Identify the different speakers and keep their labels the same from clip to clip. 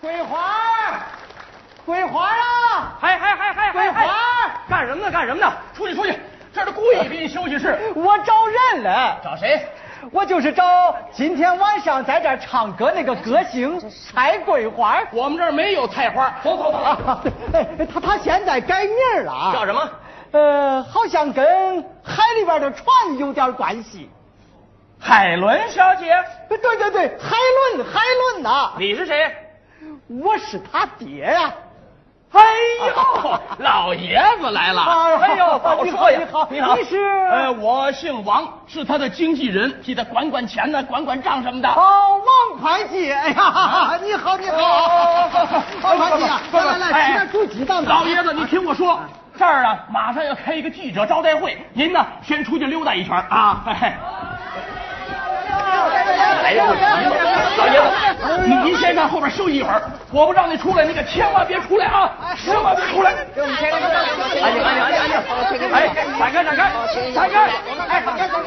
Speaker 1: 桂花儿，桂花儿啊！
Speaker 2: 还还还还
Speaker 1: 桂
Speaker 2: 还
Speaker 1: 花
Speaker 2: 还干什么呢？干什么呢？
Speaker 1: 出去出去，这儿的故意逼你休息室。
Speaker 3: 我招认了，
Speaker 1: 找谁？
Speaker 3: 我就是招今天晚上在这儿唱歌那个歌星蔡桂花。
Speaker 1: 我们这儿没有菜花。走走走
Speaker 3: 啊，哎他他现在改名儿了啊，
Speaker 2: 叫什么？
Speaker 3: 呃，好像跟海里边的船有点关系。
Speaker 2: 海伦小姐，
Speaker 3: 对对对，海伦，海伦呐、
Speaker 2: 你是谁？
Speaker 3: 我是他爹呀、
Speaker 2: 哎
Speaker 1: 哟， 老爷子来了！
Speaker 3: 啊
Speaker 2: 哎呦
Speaker 3: 你
Speaker 2: 好
Speaker 3: 好，
Speaker 2: 说呀
Speaker 3: 你好，
Speaker 2: 你好
Speaker 3: 你是？
Speaker 1: 呃，我姓王，是他的经纪人，替他管管钱呢、管管账什么的。
Speaker 3: 哦，王会计，哎呀，你好，你好，王会计啊，来来来，吃点煮鸡蛋吧。
Speaker 1: 老爷子，你听我说，这儿啊，马上要开一个记者招待会，您呢先出去溜达一圈啊。哎呀，老爷子，您您先上后边休息一会儿，我不让你出来，你可千万别出来啊，千万别出来。
Speaker 2: 安静安静安静安静！哎，闪开闪开闪开！哎，闪开闪开！闪开闪开！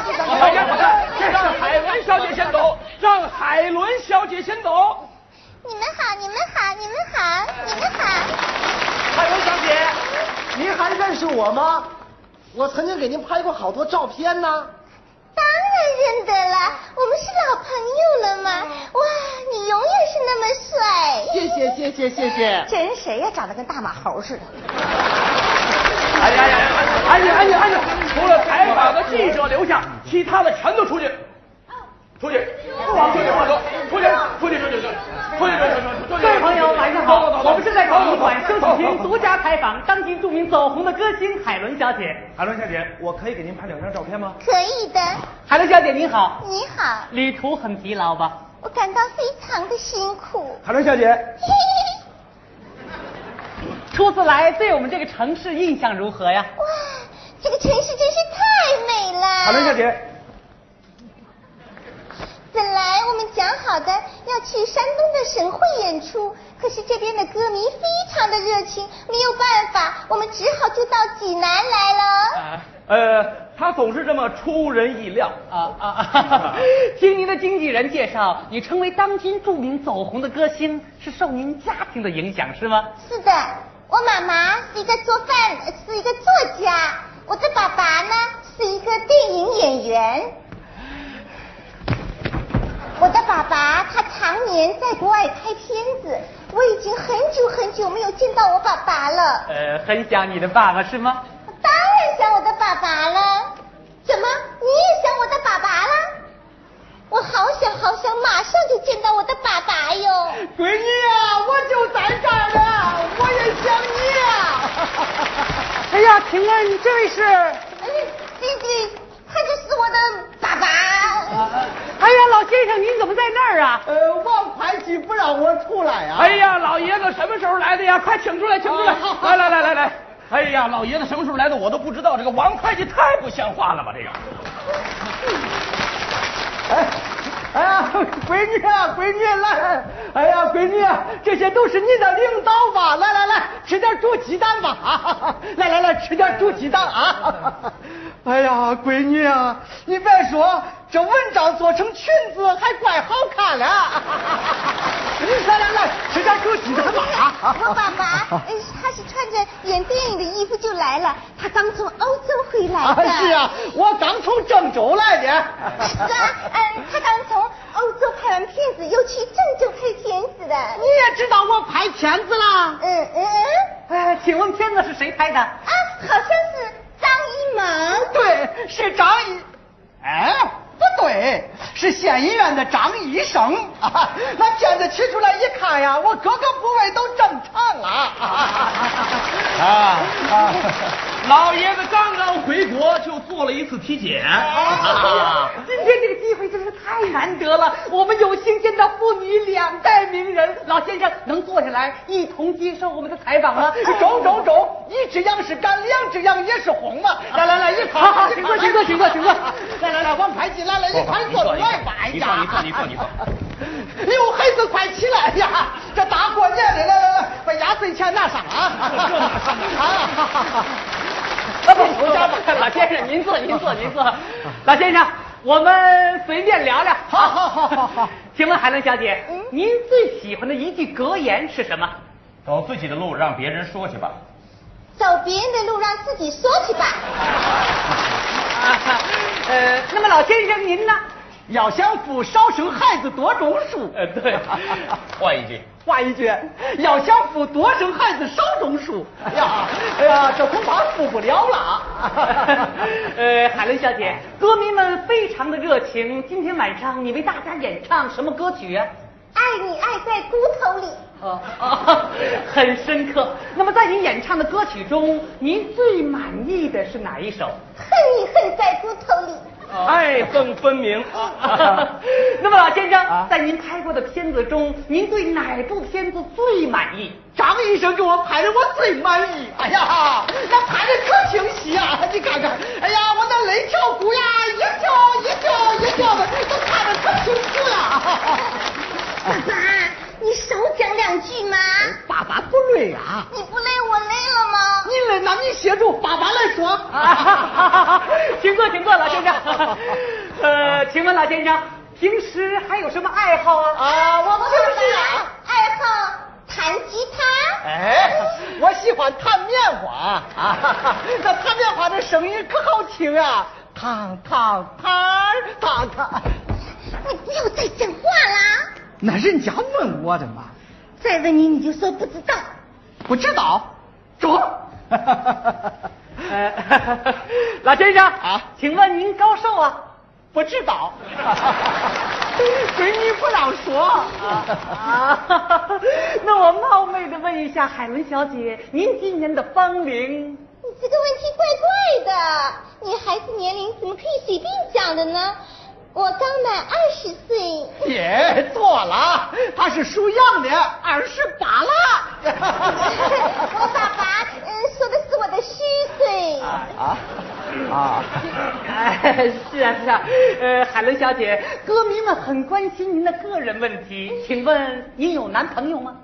Speaker 2: 闪开闪开！让海伦小姐先走，让海伦小姐先走。
Speaker 4: 你们好，你们好，你们好，你们好。
Speaker 2: 海伦小姐，
Speaker 5: 您还认识我吗？我曾经给您拍过好多照片呢。
Speaker 4: 当然认得了，我们是老朋友了嘛。哇，你永远是那么帅。
Speaker 5: 谢谢谢谢谢谢。
Speaker 4: 这人谁呀？长得跟大马猴似的。
Speaker 2: 哎呀呀！安静安静安静！除了采访的记者留下，其他的全都出去。出去，往出去，往出，出去，出去，出去，出去，出去，出去，出去！
Speaker 3: 各位朋友，晚上好，我们是在
Speaker 2: 搞
Speaker 3: 文艺馆休息厅独家采访当今著名走红的歌星海伦小姐。
Speaker 2: 海伦小姐，我可以给您拍两张照片吗？
Speaker 4: 可以的，
Speaker 3: 海伦小姐您好，
Speaker 4: 你好，
Speaker 3: 旅途很疲劳吧？
Speaker 4: 我感到非常的辛苦。
Speaker 2: 海伦小姐，
Speaker 4: 嘿嘿嘿
Speaker 3: 初次来，对我们这个城市印象如何呀？
Speaker 4: 哇，这个城市真是太美了。
Speaker 2: 海伦小姐，
Speaker 4: 本来我们讲好的要去山东的省会演出，可是这边的歌迷非常的热情，没有办法，我们只好就到济南来
Speaker 3: 哎
Speaker 4: 了。
Speaker 2: 呃，他总是这么出人意料。
Speaker 3: 啊啊！听您的经纪人介绍，你成为当今著名走红的歌星，是受您家庭的影响是吗？
Speaker 4: 是的，我妈妈是一个做饭，呃是一个作家，我的爸爸呢是一个电影演员。我的爸爸他常年在国外拍片子，我已经很久很久没有见到我爸爸了。
Speaker 3: 呃，很想你的爸爸是吗？
Speaker 4: 当然想我的爸爸了。怎么，你也想我的爸爸了？我好想好想马上就见到我的爸爸哟！
Speaker 3: 闺女啊，我就在这儿呢，我也想你啊！ 哎呀，请问你这位是？
Speaker 4: 哎，这这，他就是我的爸爸。
Speaker 3: 哎呀，老先生，您怎么在那儿啊？
Speaker 5: 呃，王会计不让我出来啊。
Speaker 2: 哎呀，老爷子什么时候来的呀？快请出来，请出来！来来来来来！
Speaker 1: 哎呀，老爷子什么时候来的我都不知道，这个王会计太不像话了吧？这个。
Speaker 3: 哎，哎呀， 闺女啊，闺女，来来，哎呀，闺女啊，这些都是你的领导吧？来来来，吃点煮鸡蛋吧！ 啊、来来来，吃点煮鸡蛋啊！ 哎呀，闺女啊，你别说，这文章做成裙子还怪好看了。 来来来，吃点煮鸡蛋吧！啊
Speaker 4: 哎我爸爸， 呃他是穿着演电影的衣服就来了，他刚从欧洲回来
Speaker 3: 啊
Speaker 4: 的。，
Speaker 3: 是啊，我刚从郑州来的。
Speaker 4: 是啊，嗯，他刚从欧洲拍完片子，又去郑州拍片子的。
Speaker 3: 你也知道我拍片子啦？
Speaker 4: 嗯嗯嗯，
Speaker 3: 哎，请问片子是谁拍的？
Speaker 4: 啊，好像是张一萌。
Speaker 3: 对，是张医，哎，不对，是县医院的张医生。 啊、那片子取出来一看呀，我各个部位都正常了。
Speaker 1: 啊啊！老爷子刚刚回国就做了一次体检。啊
Speaker 3: 今天这个机会真是太难得了，我们有幸见到父女两代名人。老先生能坐下来一同接受我们的采访 吗？中中中，一只羊是干，两只羊也是红嘛。 来来来，一块 好，请坐，请坐，请坐，请坐。来来来，王牌进来了，一块坐出来吧，
Speaker 1: 你坐你坐你坐 你坐
Speaker 3: 哎呦，孩子快起来呀！这大过年的，来来来，把压岁钱拿上啊！
Speaker 1: 这哪上得了
Speaker 3: 啊！啊不，不，老先生，您坐，您坐，您坐。老先生，
Speaker 2: 我们随便聊聊。
Speaker 3: 好好好好好。
Speaker 2: 请问海伦小姐，
Speaker 4: 嗯
Speaker 2: 您最喜欢的一句格言是什么？
Speaker 1: 走自己的路，让别人说去吧。
Speaker 4: 走别人的路，让自己说去吧。
Speaker 2: 啊呃，那么老先生您呢？
Speaker 3: 要想富，烧成害子多种鼠。
Speaker 2: 呃， 对，
Speaker 1: 哎换一句，
Speaker 3: 换一句，要想富，多生孩子，少种 树。哎呀，哎呀，这恐怕富不了了。
Speaker 2: 呃，海伦小姐，歌迷们非常的热情，今天晚上你为大家演唱什么歌曲啊？
Speaker 4: 爱你爱在骨头里，
Speaker 2: 哦，哦 很深刻。那么在您演唱的歌曲中，您最满意的是哪一首？
Speaker 4: 恨你恨在骨头里。
Speaker 3: 哦
Speaker 2: 爱憎分明。哦 那么老先
Speaker 3: 啊
Speaker 2: 生，在您拍过的片子中，您对哪部片子最满意？
Speaker 3: 张医生给我排的，我最满意。哎呀，那排的可清晰啊！你看看，哎呀，我那肋条骨呀，一条一条一条的，都看得可清楚呀。哦
Speaker 4: 妈，你少讲两句嘛。
Speaker 3: 爸爸不累啊，
Speaker 4: 你不累，我累了吗？
Speaker 3: 你累，那你协助爸爸来说。
Speaker 2: 啊， 请坐，请坐，老先生。 呃，请问老先生，平时还有什么爱好啊？
Speaker 3: 啊，我
Speaker 4: 我
Speaker 3: 不是啊。
Speaker 4: 爱好弹吉他。
Speaker 3: 哎，我喜欢弹棉花 啊，那弹棉花的声音可好听啊，烫烫弹儿烫烫。
Speaker 4: 你不要再讲话啦！
Speaker 3: 那人家问我的嘛，
Speaker 4: 再问你，你就说不知道。
Speaker 3: 不知道，中。
Speaker 2: 呃， 老先生
Speaker 3: 啊
Speaker 2: 请问您高寿啊？
Speaker 3: 不知 道，闺女不让说。
Speaker 2: 啊， 那我冒昧的问一下，海伦小姐，您今年的芳龄？
Speaker 4: 你这个问题怪怪的，女孩子年龄怎么可以随便讲的呢？我刚满二十岁，
Speaker 3: 也错了，她是属羊的，二十八
Speaker 4: 我
Speaker 3: 了。
Speaker 4: 爸爸嗯说的是我的虚岁。
Speaker 3: 啊啊！
Speaker 2: 哎，是啊是啊，呃，海伦小姐，歌迷们很关心您的个人问题，请问您有男朋友吗？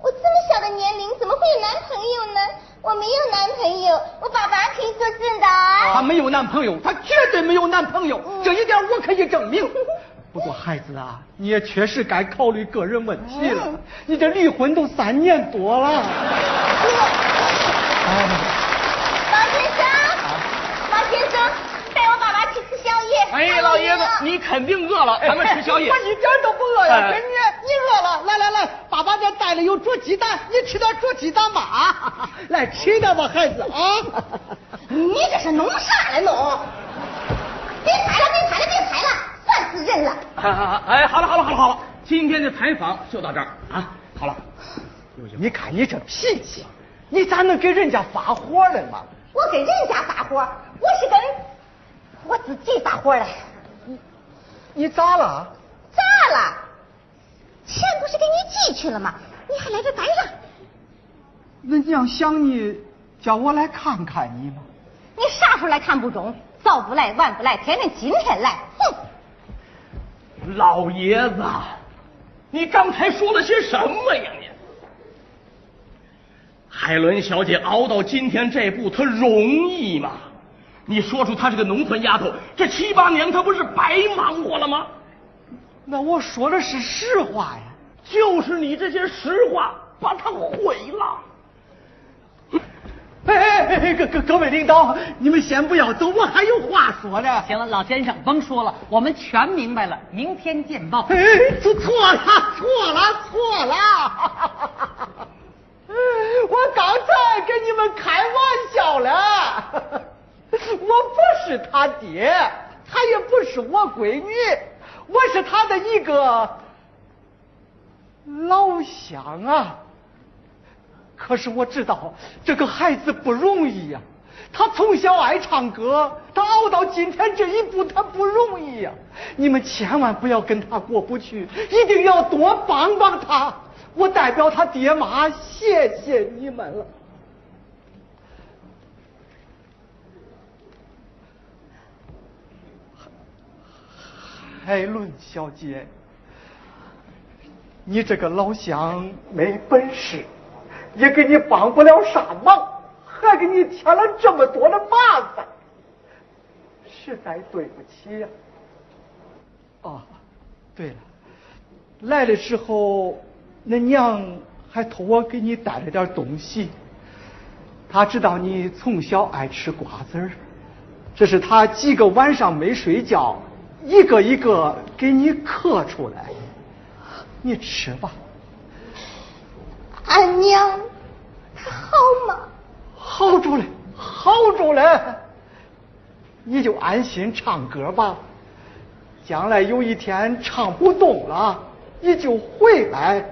Speaker 4: 我这么小的年龄，怎么会有男朋友呢？我没有男朋友，我爸爸可以作证的啊。
Speaker 3: 她没有男朋友，她绝对没有男朋友，这一点我可以证明。不过孩子啊，你也确实该考虑个人问题了。
Speaker 4: 嗯
Speaker 3: 你这离婚都三年多了，哎，
Speaker 4: 王先生，王先生，带我爸爸去吃宵夜。
Speaker 1: 哎，老爷子，哎你肯定 饿了，咱们吃宵夜
Speaker 3: 我。一点都不饿呀，
Speaker 1: 哎
Speaker 3: 闺女，你饿了？来来来，爸爸这带了有煮鸡蛋，你吃点煮鸡蛋吧 啊！来吃一点吧，孩子 啊。
Speaker 4: 你这是弄啥
Speaker 3: 哎
Speaker 4: 来弄？别抬了，别抬了，别抬了，算是认了。
Speaker 1: 啊哎，好了好了好了好了，今天的采访就到这儿啊。好了，
Speaker 3: 你看你这脾气，你咋能给人家发火了嘛？
Speaker 4: 我给人家发火，我是跟我自己发火了。
Speaker 3: 你咋了？
Speaker 4: 咋了？钱不是给你寄去了吗？你还来这待着？
Speaker 3: 那娘想你，叫我来看看你嘛。
Speaker 4: 你啥时候来看不中？早不来，晚不来，偏偏今天来。哼！
Speaker 1: 老爷子，你刚才说了些什么呀你？海伦小姐熬到今天这步，她容易吗？你说出她是个农村丫头，这七八年她不是白忙活了吗？
Speaker 3: 那我说的是实话呀。
Speaker 1: 就是你这些实话，把她毁了。
Speaker 3: 哎哎哎哎，各各各位领导，你们先不要走，我还有话说呢。
Speaker 2: 行了，老先生，甭说了，我们全明白了。明天见报。
Speaker 3: 哎，错错了，错了，错了！ 我刚才跟你们开玩笑了， 我不是他爹，他也不是我闺女，我是他的一个老乡啊。可是我知道这个孩子不容易呀、他从小爱唱歌，他熬到今天这一步，他不容易呀、你们千万不要跟他过不去，一定要多帮帮他。我代表他爹妈，谢谢你们了。海伦小姐，你这个老乡没本事，也给你帮不了啥忙，还给你添了这么多的麻烦，实在对不起呀、哦，对了，来的时候那娘还托我给你带了点东西，她知道你从小爱吃瓜子儿，这是她几个晚上没睡觉，一个一个给你刻出来，你吃吧。
Speaker 4: 俺娘，她好吗？
Speaker 3: 好着嘞，好着嘞，你就安心唱歌吧。将来有一天唱不动了，你就回来。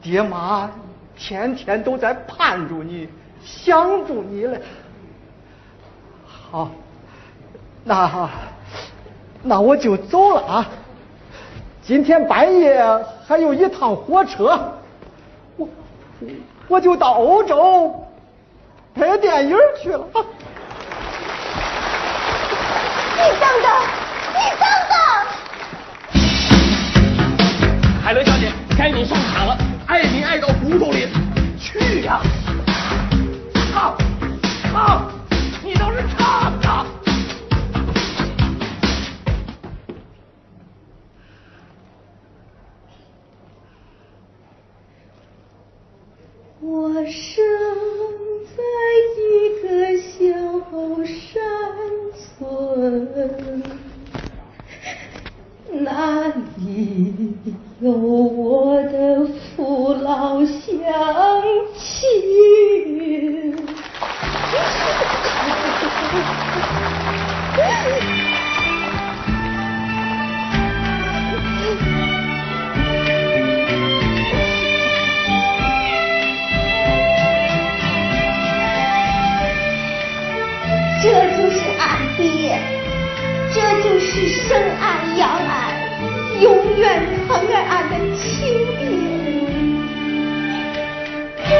Speaker 3: 爹妈天天都在盼着你，想着你嘞。好，那那我就走了啊。今天半夜还有一趟火车，我我就到欧洲拍电影去了。
Speaker 4: 你等等，你等等，
Speaker 1: 海伦小姐，该你上场了，爱你爱到骨头里，去呀、唱，唱，你倒是唱啊！
Speaker 6: 我生在一个小山村，那里有我的父老乡亲。
Speaker 4: 这就是俺爹，这就是生俺养俺，永远疼爱俺的亲爹。爹。